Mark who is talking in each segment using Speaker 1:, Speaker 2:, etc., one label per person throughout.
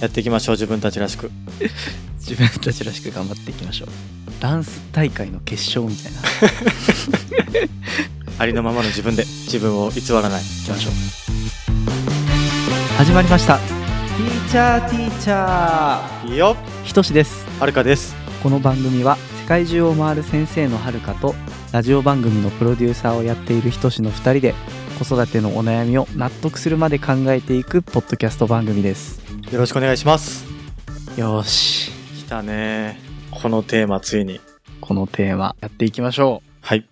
Speaker 1: やっていきましょう自分たちらしく
Speaker 2: 自分たちらしく頑張っていきましょうダンス大会の決勝みたいな
Speaker 1: ありのままの自分で自分を偽らない
Speaker 2: いきましょう始まりましたティーチャーティーチャー
Speaker 1: いいよ
Speaker 2: ひとしです
Speaker 1: はるかです
Speaker 2: この番組は世界中を回る先生のはるかとラジオ番組のプロデューサーをやっているひとしの2人で子育てのお悩みを納得するまで考えていくポッドキャスト番組です
Speaker 1: よろしくお願いします
Speaker 2: よーし
Speaker 1: 来たねこのテーマついに
Speaker 2: このテーマやっていきましょう
Speaker 1: はい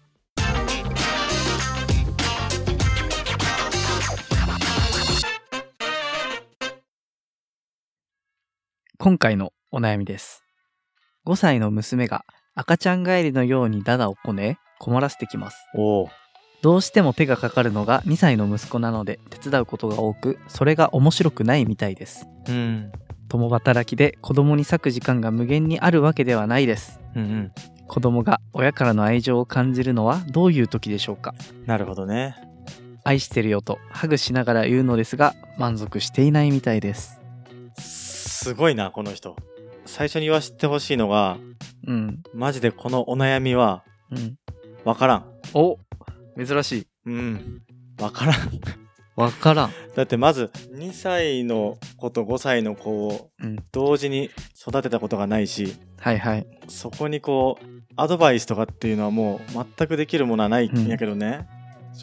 Speaker 2: 今回のお悩みです5歳の娘が赤ちゃん帰りのようにダダをこね困らせてきます
Speaker 1: おお
Speaker 2: どうしても手がかかるのが2歳の息子なので手伝うことが多くそれが面白くないみたいです
Speaker 1: うん
Speaker 2: 共働きで子供に割く時間が無限にあるわけではないです
Speaker 1: うん
Speaker 2: 子供が親からの愛情を感じるのはどういう時でしょうか
Speaker 1: うんなるほどね
Speaker 2: 愛してるよとハグしながら言うのですが満足していないみたいです
Speaker 1: すごいなこの人最初に言わせてほしいのが
Speaker 2: うん
Speaker 1: マジでこのお悩みは
Speaker 2: うん
Speaker 1: わからん
Speaker 2: お珍しい
Speaker 1: うんわからん
Speaker 2: わからん
Speaker 1: だってまず2歳の子と5歳の子を
Speaker 2: うん
Speaker 1: 同時に育てたことがないし
Speaker 2: はいはい
Speaker 1: そこにこうアドバイスとかっていうのはもう全くできるものはないんやけどね、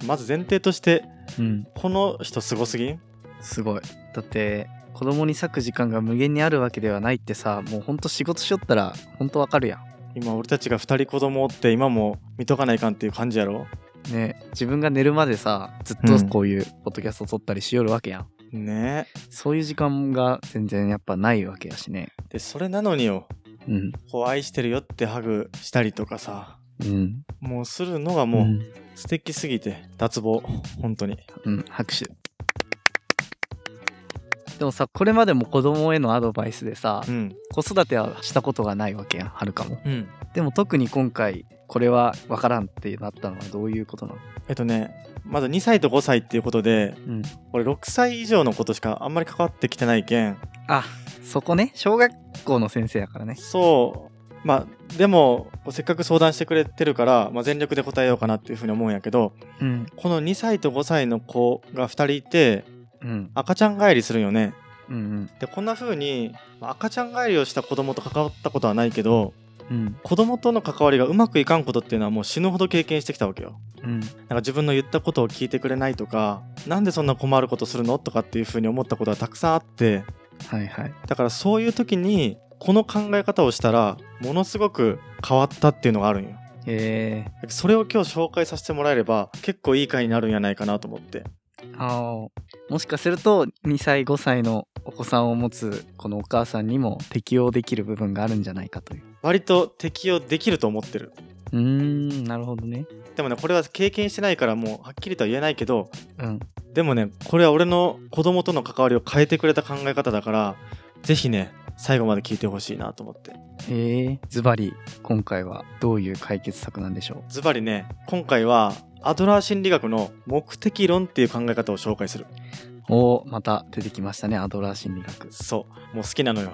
Speaker 1: まず前提として
Speaker 2: うん
Speaker 1: この人すごすぎん
Speaker 2: すごいだって子供に割く時間が無限にあるわけではないってさもうほんと仕事しよったらほんとわかるやん
Speaker 1: 今俺たちが2人子供おって今も見とかないかんっていう感じやろ
Speaker 2: ね自分が寝るまでさずっとこういうポッドキャスト撮ったりしよるわけやん、
Speaker 1: ねえ
Speaker 2: そういう時間が全然やっぱないわけやしね
Speaker 1: でそれなのによ
Speaker 2: うん
Speaker 1: こう愛してるよってハグしたりとかさ
Speaker 2: うん
Speaker 1: もうするのがも
Speaker 2: う
Speaker 1: うん素敵すぎて脱帽本当に
Speaker 2: うん、拍手でもさこれまでも子供へのアドバイスでさ
Speaker 1: うん
Speaker 2: 子育てはしたことがないわけやんはるかも
Speaker 1: うん
Speaker 2: でも特に今回これはわからんってなったのはどういうことなの
Speaker 1: えっとねまず2歳と5歳っていうことで
Speaker 2: うん
Speaker 1: 俺6歳以上のことしかあんまり関わってきてないけん
Speaker 2: あそこね小学校の先生やからね
Speaker 1: そうまあでもせっかく相談してくれてるから、まあ、全力で答えようかなっていうふうに思うんやけど
Speaker 2: うん
Speaker 1: この2歳と5歳の子が2人いて
Speaker 2: うん
Speaker 1: 赤ちゃん帰りするよね
Speaker 2: うん
Speaker 1: でこんな風にまあ赤ちゃん帰りをした子供と関わったことはないけど
Speaker 2: うん
Speaker 1: 子供との関わりがうまくいかんことっていうのはもう死ぬほど経験してきたわけよ
Speaker 2: うん
Speaker 1: なんか自分の言ったことを聞いてくれないとかなんでそんな困ることするのとかっていう風に思ったことはたくさんあって
Speaker 2: はいはい
Speaker 1: だからそういう時にこの考え方をしたらものすごく変わったっていうのがあるんよ
Speaker 2: え
Speaker 1: それを今日紹介させてもらえれば結構いい回になるんやないかなと思って
Speaker 2: ー、あーもしかすると2歳5歳のお子さんを持つこのお母さんにも適応できる部分があるんじゃないかという
Speaker 1: 割と適用できると思ってる
Speaker 2: うーんなるほどね
Speaker 1: でもねこれは経験してないからもうはっきりとは言えないけど
Speaker 2: うん
Speaker 1: でもねこれは俺の子供との関わりを変えてくれた考え方だからぜひね最後まで聞いてほしいなと思って
Speaker 2: えー、ズバリ今回はどういう解決策なんでしょ
Speaker 1: ズバリね今回はアドラー心理学の目的論っていう考え方を紹介する
Speaker 2: うおーまた出てきましたねアドラー心理学
Speaker 1: そうもう好きなのよ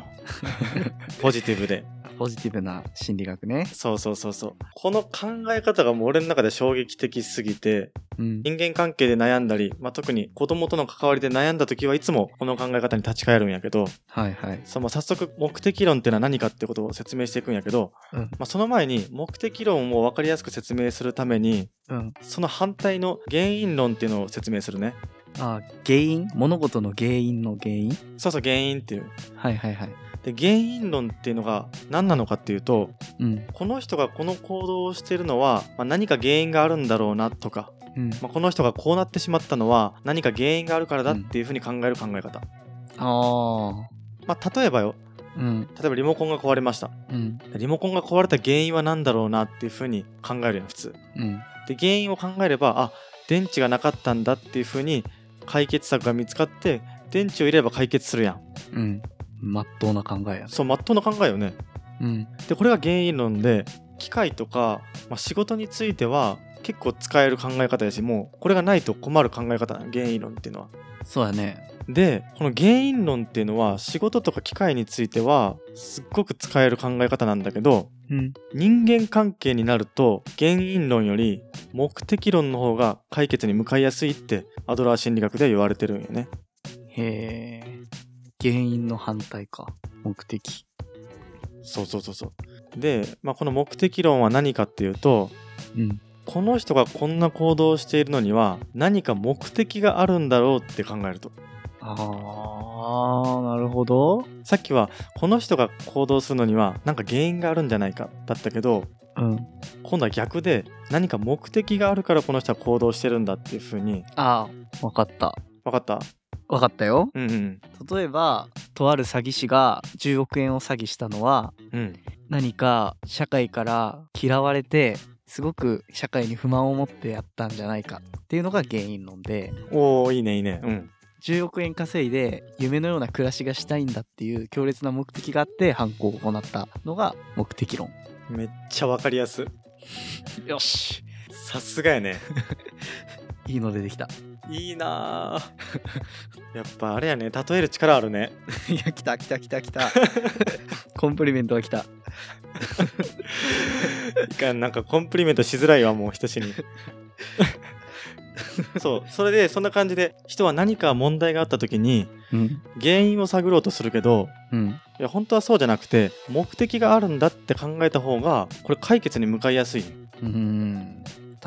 Speaker 1: ポジティブで
Speaker 2: ポジティブな心理学ね
Speaker 1: そうそうそうそうこの考え方がもう俺の中で衝撃的すぎて
Speaker 2: うん
Speaker 1: 人間関係で悩んだり、まあ、特に子供との関わりで悩んだ時はいつもこの考え方に立ち返るんやけど
Speaker 2: はいはい
Speaker 1: そう、まあ、早速目的論っていうのは何かってことを説明していくんやけど、
Speaker 2: うん
Speaker 1: まあ、その前に目的論を分かりやすく説明するために
Speaker 2: うん
Speaker 1: その反対の原因論っていうのを説明するね
Speaker 2: あー原因物事の原因の原因
Speaker 1: そうそう原因っていう
Speaker 2: はいはいはい
Speaker 1: で原因論っていうのが何なのかっていうと
Speaker 2: うん
Speaker 1: この人がこの行動をしているのは、まあ、何か原因があるんだろうなとか、
Speaker 2: うん
Speaker 1: まあ、この人がこうなってしまったのは何か原因があるからだっていうふうに考える考え方、
Speaker 2: あ
Speaker 1: まあ、例えばよ
Speaker 2: あうん
Speaker 1: 例えばリモコンが壊れました
Speaker 2: うん
Speaker 1: リモコンが壊れた原因は何だろうなっていうふうに考えるよ普通
Speaker 2: うん
Speaker 1: で原因を考えればあ電池がなかったんだっていうふうに解決策が見つかって電池を入れれば解決するやん
Speaker 2: うんまっとうな考えや
Speaker 1: そうまっとうな考えよね
Speaker 2: うん
Speaker 1: でこれが原因論で機械とか、まあ、仕事については結構使える考え方やしもうこれがないと困る考え方なの原因論っていうのは
Speaker 2: そうやね
Speaker 1: でこの原因論っていうのは仕事とか機械についてはすっごく使える考え方なんだけど
Speaker 2: うん
Speaker 1: 人間関係になると原因論より目的論の方が解決に向かいやすいってアドラー心理学では言われてるんよね。
Speaker 2: へえ原因の反対か目的
Speaker 1: そうそうそうそう。で、まあ、この目的論は何かっていうと
Speaker 2: うん
Speaker 1: この人がこんな行動をしているのには何か目的があるんだろうって考えると。
Speaker 2: あーなるほど
Speaker 1: さっきはこの人が行動するのには何か原因があるんじゃないかだったけど
Speaker 2: うん
Speaker 1: 今度は逆で何か目的があるからこの人は行動してるんだっていう風に
Speaker 2: ああわかった
Speaker 1: 分かった
Speaker 2: わかったよ
Speaker 1: うんうん
Speaker 2: 例えばとある詐欺師が10億円を詐欺したのは
Speaker 1: うん
Speaker 2: 何か社会から嫌われてすごく社会に不満を持ってやったんじゃないかっていうのが原因論で
Speaker 1: おおいいねいいねうん
Speaker 2: 10億円稼いで夢のような暮らしがしたいんだっていう強烈な目的があって犯行を行ったのが目的論
Speaker 1: めっちゃ分かりやす
Speaker 2: よし
Speaker 1: さすがやね
Speaker 2: いいの出てきた
Speaker 1: いいなあやっぱあれやね例える力あるね
Speaker 2: いや来た来た来た来 たコンプリメントが来た
Speaker 1: いかんなんかコンプリメントしづらいわもう人し にそうそれでそんな感じで人は何か問題があった時に
Speaker 2: うん
Speaker 1: 原因を探ろうとするけど
Speaker 2: うん
Speaker 1: いや本当はそうじゃなくて目的があるんだって考えた方がこれ解決に向かいやすいね
Speaker 2: うん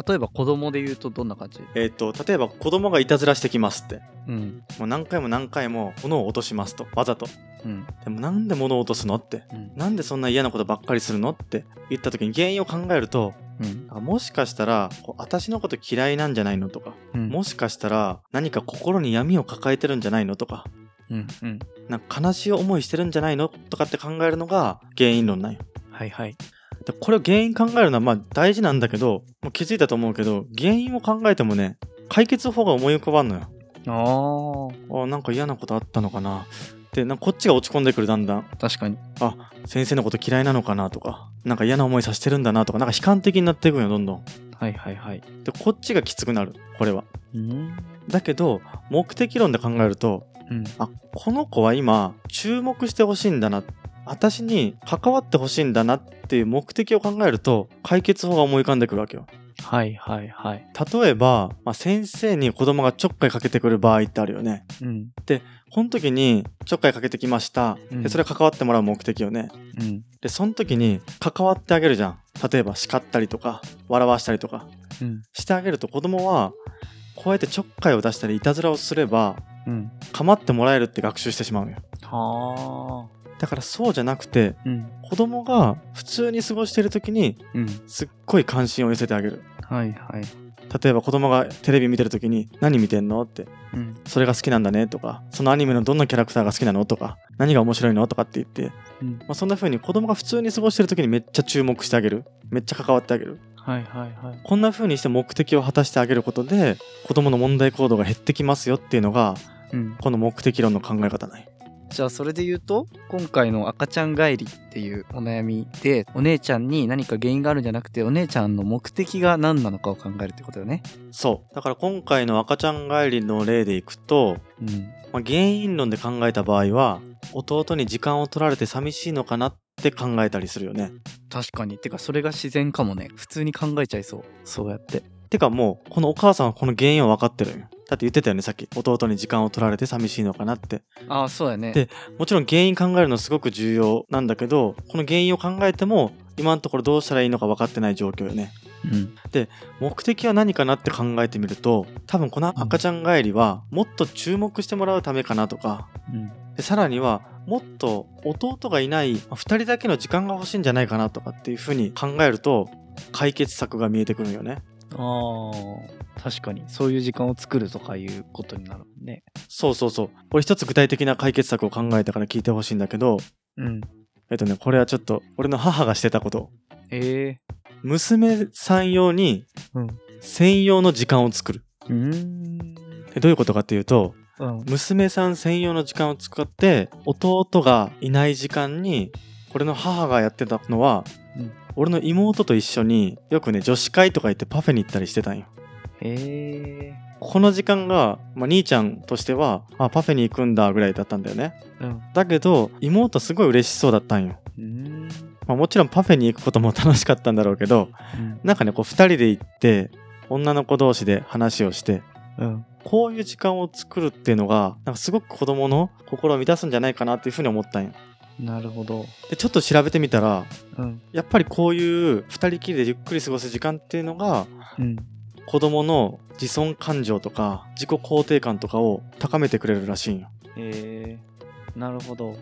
Speaker 2: 例えば子供で言うとどんな感じ
Speaker 1: えっ、と例えば子供がいたずらしてきますって
Speaker 2: うん
Speaker 1: もう何回も何回も物を落としますとわざと
Speaker 2: うん
Speaker 1: でもなんで物を落とすのって
Speaker 2: うん
Speaker 1: なんでそんな嫌なことばっかりするのって言った時に原因を考えると
Speaker 2: うん
Speaker 1: あもしかしたらこう私のこと嫌いなんじゃないのとか
Speaker 2: うん
Speaker 1: もしかしたら何か心に闇を抱えてるんじゃないのとか
Speaker 2: うんうん
Speaker 1: なんか悲しい思いしてるんじゃないのとかって考えるのが原因論なんよ
Speaker 2: はいはい
Speaker 1: でこれを原因考えるのはまあ大事なんだけどもう気づいたと思うけど原因を考えてもね解決法が思い浮かばんのよ
Speaker 2: あー
Speaker 1: あなんか嫌なことあったのかなでなんかこっちが落ち込んでくるだんだん
Speaker 2: 確かに
Speaker 1: あ先生のこと嫌いなのかなとかなんか嫌な思いさせてるんだなとかなんか悲観的になっていくんよどんどん
Speaker 2: はいはいはい
Speaker 1: でこっちがきつくなるこれは
Speaker 2: うん
Speaker 1: だけど目的論で考えると
Speaker 2: うん
Speaker 1: あこの子は今注目してほしいんだな私に関わってほしいんだなっていう目的を考えると解決法が思い浮かんでくるわけよ
Speaker 2: はいはいはい
Speaker 1: 例えば、まあ、先生に子供がちょっかいかけてくる場合ってあるよね
Speaker 2: うん
Speaker 1: この時にちょっかいかけてきました
Speaker 2: うん
Speaker 1: でそれは関わってもらう目的よね
Speaker 2: うん
Speaker 1: でその時に関わってあげるじゃん例えば叱ったりとか笑わしたりとか
Speaker 2: うん
Speaker 1: してあげると子供はこうやってちょっかいを出したりいたずらをすれば
Speaker 2: うん
Speaker 1: 構ってもらえるって学習してしまうんよ
Speaker 2: は
Speaker 1: だからそうじゃなくて
Speaker 2: あうん
Speaker 1: 子供が普通に過ごしてる時に
Speaker 2: うん
Speaker 1: すっごい関心を寄せてあげる
Speaker 2: はいはい
Speaker 1: 例えば子供がテレビ見てる時に「何見てんの?」って
Speaker 2: うん
Speaker 1: 「それが好きなんだね」とか「そのアニメのどんなキャラクターが好きなの?」とか「何が面白いの?」とかって言って、
Speaker 2: うん
Speaker 1: まあ、そんな風に子供が普通に過ごしてる時にめっちゃ注目してあげるめっちゃ関わってあげる
Speaker 2: はいはいはい
Speaker 1: こんな風にして目的を果たしてあげることで子供の問題行動が減ってきますよっていうのが
Speaker 2: うん
Speaker 1: この目的論の考え方ない
Speaker 2: じゃあそれで言うと今回の赤ちゃん帰りっていうお悩みでお姉ちゃんに何か原因があるんじゃなくてお姉ちゃんの目的が何なのかを考えるってことよね
Speaker 1: そうだから今回の赤ちゃん帰りの例でいくと、
Speaker 2: うん
Speaker 1: まあ、原因論で考えた場合は弟に時間を取られて寂しいのかなって考えたりするよね
Speaker 2: 確かにてかそれが自然かもね普通に考えちゃいそうそうやって
Speaker 1: てかもうこのお母さんはこの原因は分かってるよだって言ってたよねさっき弟に時間を取られて寂しいのかなって
Speaker 2: ああそうやね
Speaker 1: でもちろん原因考えるのすごく重要なんだけどこの原因を考えても今のところどうしたらいいのか分かってない状況よね
Speaker 2: うん
Speaker 1: 目的は何かなって考えてみると多分この赤ちゃん帰りはもっと注目してもらうためかなとか
Speaker 2: うん
Speaker 1: でさらにはもっと弟がいない2人だけの時間が欲しいんじゃないかなとかっていうふうに考えると解決策が見えてくるよね
Speaker 2: ああ確かにそういう時間を作るとかいうことになるもんね
Speaker 1: そうそうそう俺一つ具体的な解決策を考えたから聞いてほしいんだけど
Speaker 2: うん
Speaker 1: えっとねこれはちょっと俺の母がしてたこと
Speaker 2: え
Speaker 1: 娘さん用に
Speaker 2: うん
Speaker 1: 専用の時間を作る
Speaker 2: えうん
Speaker 1: でどういうことかっていうと
Speaker 2: うん
Speaker 1: 娘さん専用の時間を使って弟がいない時間にこれの母がやってたのは、
Speaker 2: うん
Speaker 1: 俺の妹と一緒によくね女子会とか行ってパフェに行ったりしてたんよ
Speaker 2: ええ
Speaker 1: この時間が、まあ、兄ちゃんとしてはあパフェに行くんだぐらいだったんだよね
Speaker 2: うん
Speaker 1: だけど妹すごい嬉しそうだったんよ、
Speaker 2: うん
Speaker 1: まあ、もちろんパフェに行くことも楽しかったんだろうけどなんかねこう2人で行って女の子同士で話をして
Speaker 2: うん
Speaker 1: こういう時間を作るっていうのがなんかすごく子供の心を満たすんじゃないかなっていうふうに思ったんよ
Speaker 2: なるほど
Speaker 1: でちょっと調べてみたら
Speaker 2: うん
Speaker 1: やっぱりこういう2人きりでゆっくり過ごす時間っていうのが
Speaker 2: うん
Speaker 1: 子供の自尊感情とか自己肯定感とかを高めてくれるらしいんよ。
Speaker 2: えー、なるほど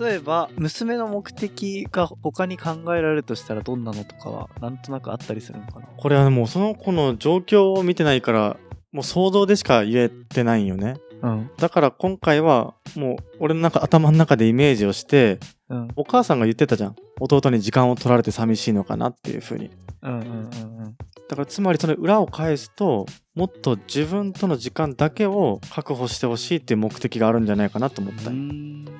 Speaker 2: 例えば娘の目的が他に考えられるとしたらどんなのとかはなんとなくあったりするのかな
Speaker 1: これはねもうその子の状況を見てないからもう想像でしか言えてないんよね。
Speaker 2: うん
Speaker 1: だから今回はもう俺の中頭の中でイメージをして
Speaker 2: うん
Speaker 1: お母さんが言ってたじゃん弟に時間を取られて寂しいのかなっていう風に
Speaker 2: うんうんうんうん
Speaker 1: だからつまりその裏を返すともっと自分との時間だけを確保してほしいっていう目的があるんじゃないかなと思ったんよ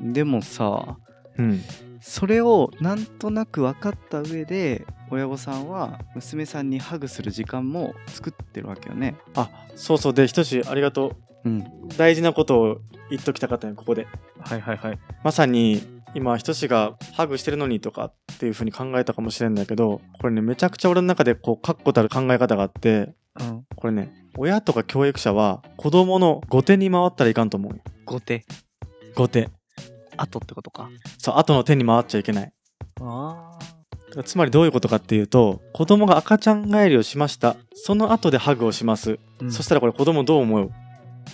Speaker 2: うんでもさ
Speaker 1: うん
Speaker 2: それをなんとなく分かった上で親御さんは娘さんにハグする時間も作ってるわけよね
Speaker 1: あそうそうでひとしありがとう
Speaker 2: うん
Speaker 1: 大事なことを言っときたかったねここで
Speaker 2: はいはいはい
Speaker 1: まさに今ひとしがハグしてるのにとかっていう風に考えたかもしれんだけどこれねめちゃくちゃ俺の中でこう確固たる考え方があって
Speaker 2: うん
Speaker 1: これね親とか教育者は子供の後手に回ったらいかんと思うよ
Speaker 2: 後手
Speaker 1: 後手
Speaker 2: 後ってことか
Speaker 1: そう後の手に回っちゃいけない
Speaker 2: あ
Speaker 1: つまりどういうことかっていうと子供が赤ちゃん帰りをしましたその後でハグをします、
Speaker 2: あ、
Speaker 1: そしたらこれ子供どう思う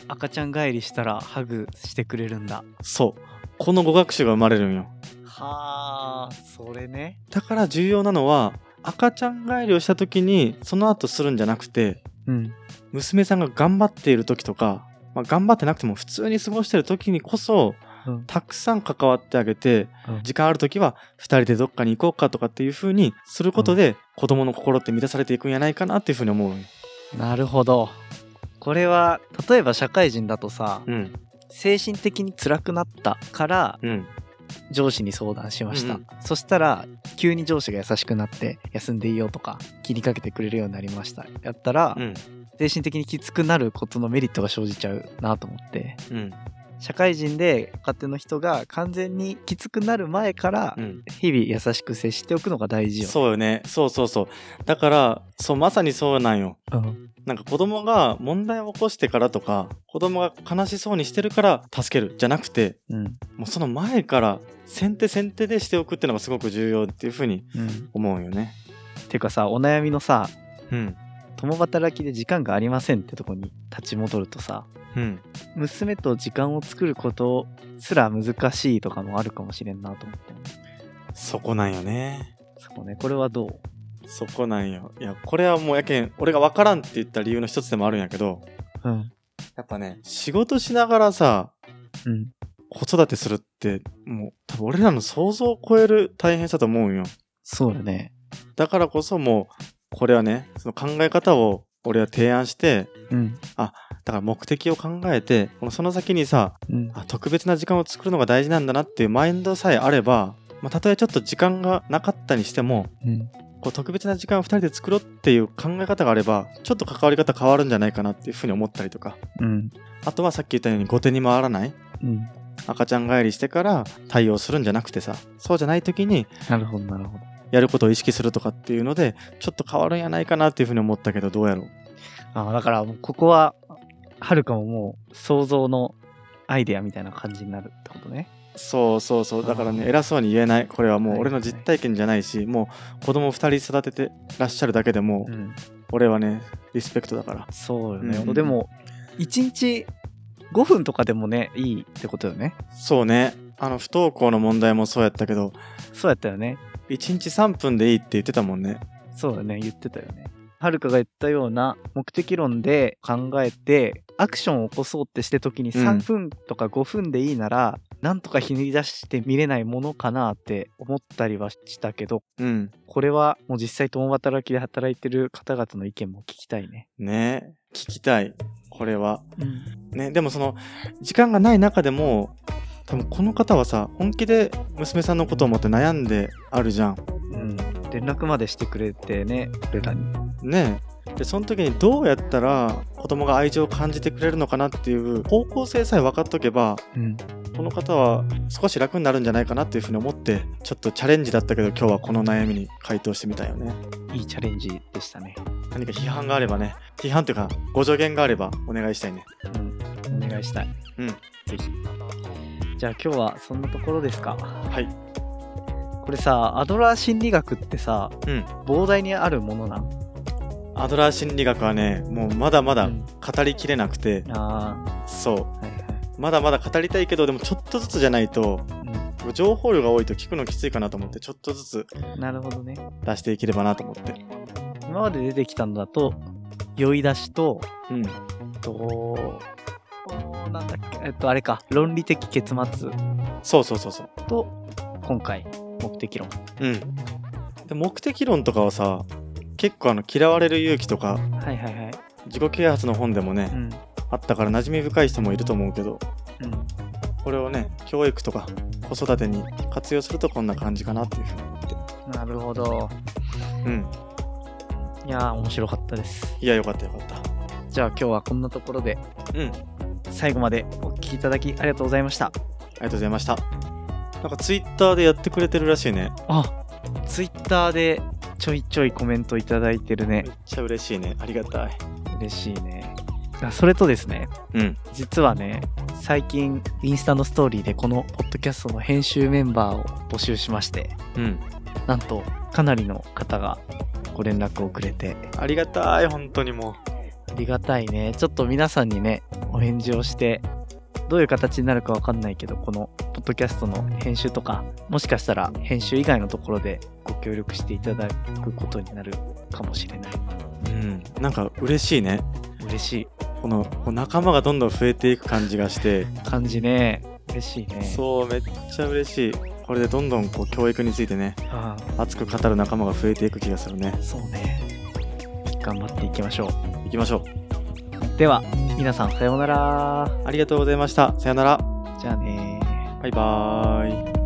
Speaker 2: 赤ちゃん帰りしたらハグしてくれるんだ
Speaker 1: そうこの語学習が生まれるんよ
Speaker 2: はあそれね
Speaker 1: だから重要なのは赤ちゃん帰りをした時にその後するんじゃなくて
Speaker 2: うん
Speaker 1: 娘さんが頑張っている時とか、まあ、頑張ってなくても普通に過ごしてる時にこそ、
Speaker 2: うん
Speaker 1: たくさん関わってあげて、
Speaker 2: うん
Speaker 1: 時間ある時は2人でどっかに行こうかとかっていう風にすることで、子供の心って満たされていくんじゃないかなっていう風に思うよ
Speaker 2: なるほどこれは例えば社会人だとさ
Speaker 1: うん
Speaker 2: 精神的に辛くなったから
Speaker 1: うん
Speaker 2: 上司に相談しました、
Speaker 1: うん
Speaker 2: そしたら急に上司が優しくなって休んでいいよとか気にかけてくれるようになりましたやったら、
Speaker 1: うん
Speaker 2: 精神的にきつくなることのメリットが生じちゃうなと思って
Speaker 1: うん
Speaker 2: 社会人で若手の人が完全にきつくなる前から
Speaker 1: うん
Speaker 2: 日々優しく接しておくのが大事よ、
Speaker 1: そうよねそうそうそうだからそうまさにそうなんよ
Speaker 2: うん
Speaker 1: なんか子供が問題を起こしてからとか子供が悲しそうにしてるから助けるじゃなくて
Speaker 2: うん
Speaker 1: もうその前から先手先手でしておくっていうのがすごく重要っていうふうに
Speaker 2: うん、っ
Speaker 1: 思うよね。
Speaker 2: ていうかさお悩みのさ
Speaker 1: うん。
Speaker 2: 共働きで時間がありませんってとこに立ち戻るとさ
Speaker 1: うん。
Speaker 2: 娘と時間を作ることすら難しいとかもあるかもしれんなと思って
Speaker 1: そこなんよね。
Speaker 2: そうねこれはどう
Speaker 1: そこなんよ。いや、これはもうやけん、俺がわからんって言った理由の一つでもあるんやけど、
Speaker 2: うん
Speaker 1: やっぱね、仕事しながらさ、
Speaker 2: うん
Speaker 1: 子育てするって、もう多分俺らの想像を超える大変さだと思うんよ。
Speaker 2: そうだね
Speaker 1: だからこそもう、これはね、その考え方を俺は提案して、
Speaker 2: うん
Speaker 1: だから目的を考えて、このその先にさ、
Speaker 2: うん
Speaker 1: あ特別な時間を作るのが大事なんだなっていうマインドさえあれば、まあ、たとえちょっと時間がなかったにしても
Speaker 2: うん
Speaker 1: こう特別な時間を2人で作ろうっていう考え方があればちょっと関わり方変わるんじゃないかなっていうふうに思ったりとか
Speaker 2: うん
Speaker 1: あとはさっき言ったように後手に回らない
Speaker 2: うん
Speaker 1: 赤ちゃん帰りしてから対応するんじゃなくてさそうじゃない時に
Speaker 2: なるほどなるほど
Speaker 1: やることを意識するとかっていうのでちょっと変わるんやないかなっていうふうに思ったけどどうやろう
Speaker 2: あだからもうここははるかももう想像のアイデアみたいな感じになるってことね
Speaker 1: そうそうそうだから
Speaker 2: あ
Speaker 1: ね
Speaker 2: ー
Speaker 1: 偉そうに言えないこれはも
Speaker 2: は
Speaker 1: う
Speaker 2: い
Speaker 1: 俺の実体験じゃないしもう子供2人育ててらっしゃるだけでもう
Speaker 2: うん
Speaker 1: 俺はねリスペクトだから
Speaker 2: そうよね、
Speaker 1: うん
Speaker 2: でも1日5分とかでもねいいってことよね
Speaker 1: そうねあの不登校の問題もそうやったけど
Speaker 2: そうやったよね
Speaker 1: 1日3分でいいって言ってたもんね
Speaker 2: そうだね言ってたよねはるかが言ったような目的論で考えてアクションを起こそうってして時に
Speaker 1: うん
Speaker 2: 3分とか5分でいいなら、なんとかひねり出して見れないものかなって思ったりはしたけど
Speaker 1: うん
Speaker 2: これはもう実際共働きで働いてる方々の意見も聞きたいね。
Speaker 1: ね聞きたいこれは
Speaker 2: うん、
Speaker 1: ねでもその時間がない中でも多分この方はさ本気で娘さんのことを思って悩んであるじゃん
Speaker 2: 連絡までしてくれてね俺らに。
Speaker 1: ねでその時にどうやったら子供が愛情を感じてくれるのかなっていう方向性さえ分かっとけば
Speaker 2: うん
Speaker 1: この方は少し楽になるんじゃないかなっていうふうに思ってちょっとチャレンジだったけど今日はこの悩みに回答してみたよね
Speaker 2: いいチャレンジでしたね、
Speaker 1: 何か批判があればね批判というかご助言があればお願いしたいね
Speaker 2: うん、お願いしたい
Speaker 1: うん
Speaker 2: ぜひじゃあ今日はそんなところですかはいこれさアドラー心理学ってさ、
Speaker 1: うん
Speaker 2: 膨大にあるものなん
Speaker 1: アドラー心理学はねもうまだま
Speaker 2: う
Speaker 1: だ
Speaker 2: ん
Speaker 1: 語りきれなくて
Speaker 2: あ
Speaker 1: そ
Speaker 2: ーはいう
Speaker 1: まだまだ語りたいけどでもちょっとずつじゃないと
Speaker 2: は
Speaker 1: 情報量が多いと聞くのきついかなと思ってちょっとずつ
Speaker 2: い、うん、なるほどね
Speaker 1: 出していければなと思って
Speaker 2: 今まで出てきたのだと酔い出しと
Speaker 1: うん
Speaker 2: とおーなんだっけえっとあれか論理的結末
Speaker 1: そうそうそうそう
Speaker 2: と今回目的論
Speaker 1: うんで目的論とかはさ結構あの嫌われる勇気とか
Speaker 2: はいはいはい
Speaker 1: 自己啓発の本でもね、
Speaker 2: うん
Speaker 1: あったから馴染み深い人もいると思うけど
Speaker 2: うん
Speaker 1: これをね教育とか子育てに活用するとこんな感じかなっていうふうに思って
Speaker 2: なるほど
Speaker 1: うん
Speaker 2: いやー面白かったです
Speaker 1: いやよかったよかっ
Speaker 2: じゃあ今日はこんなところで
Speaker 1: たうん
Speaker 2: 最後までお聞きいただきありがとうございました
Speaker 1: ありがとうございました。なんかツイッターでやってくれてるらしいね。
Speaker 2: あツイッターでちょいちょいコメントいただいてるね
Speaker 1: めっちゃ嬉しいね。ありがたい。
Speaker 2: 嬉しいねあそれとですね
Speaker 1: うん。
Speaker 2: 実はね最近インスタのストーリーでこのポッドキャストの編集メンバーを募集しまして
Speaker 1: うん。
Speaker 2: なんとかなりの方がご連絡をくれて
Speaker 1: ありがたい、本当にも。
Speaker 2: ありがたいねちょっと皆さんにねお返事をしてどういう形になるかわかんないけどこのポッドキャストの編集とかもしかしたら編集以外のところでご協力していただくことになるかもしれないう
Speaker 1: うん。なんか嬉しいね。
Speaker 2: 嬉しい
Speaker 1: このこう仲間がどんどん増えていく感じがして、
Speaker 2: 感じね嬉しいね
Speaker 1: そう、めっちゃ嬉しい。これでどんどんこう教育についてね、
Speaker 2: あ
Speaker 1: 熱く語る仲間が増えていく気がするね
Speaker 2: あ。そうね頑張っていきましょう
Speaker 1: 行きましょ
Speaker 2: では皆さんさようなら
Speaker 1: う。ありがとうございました。さよなら。
Speaker 2: じゃあね
Speaker 1: バイバーイ。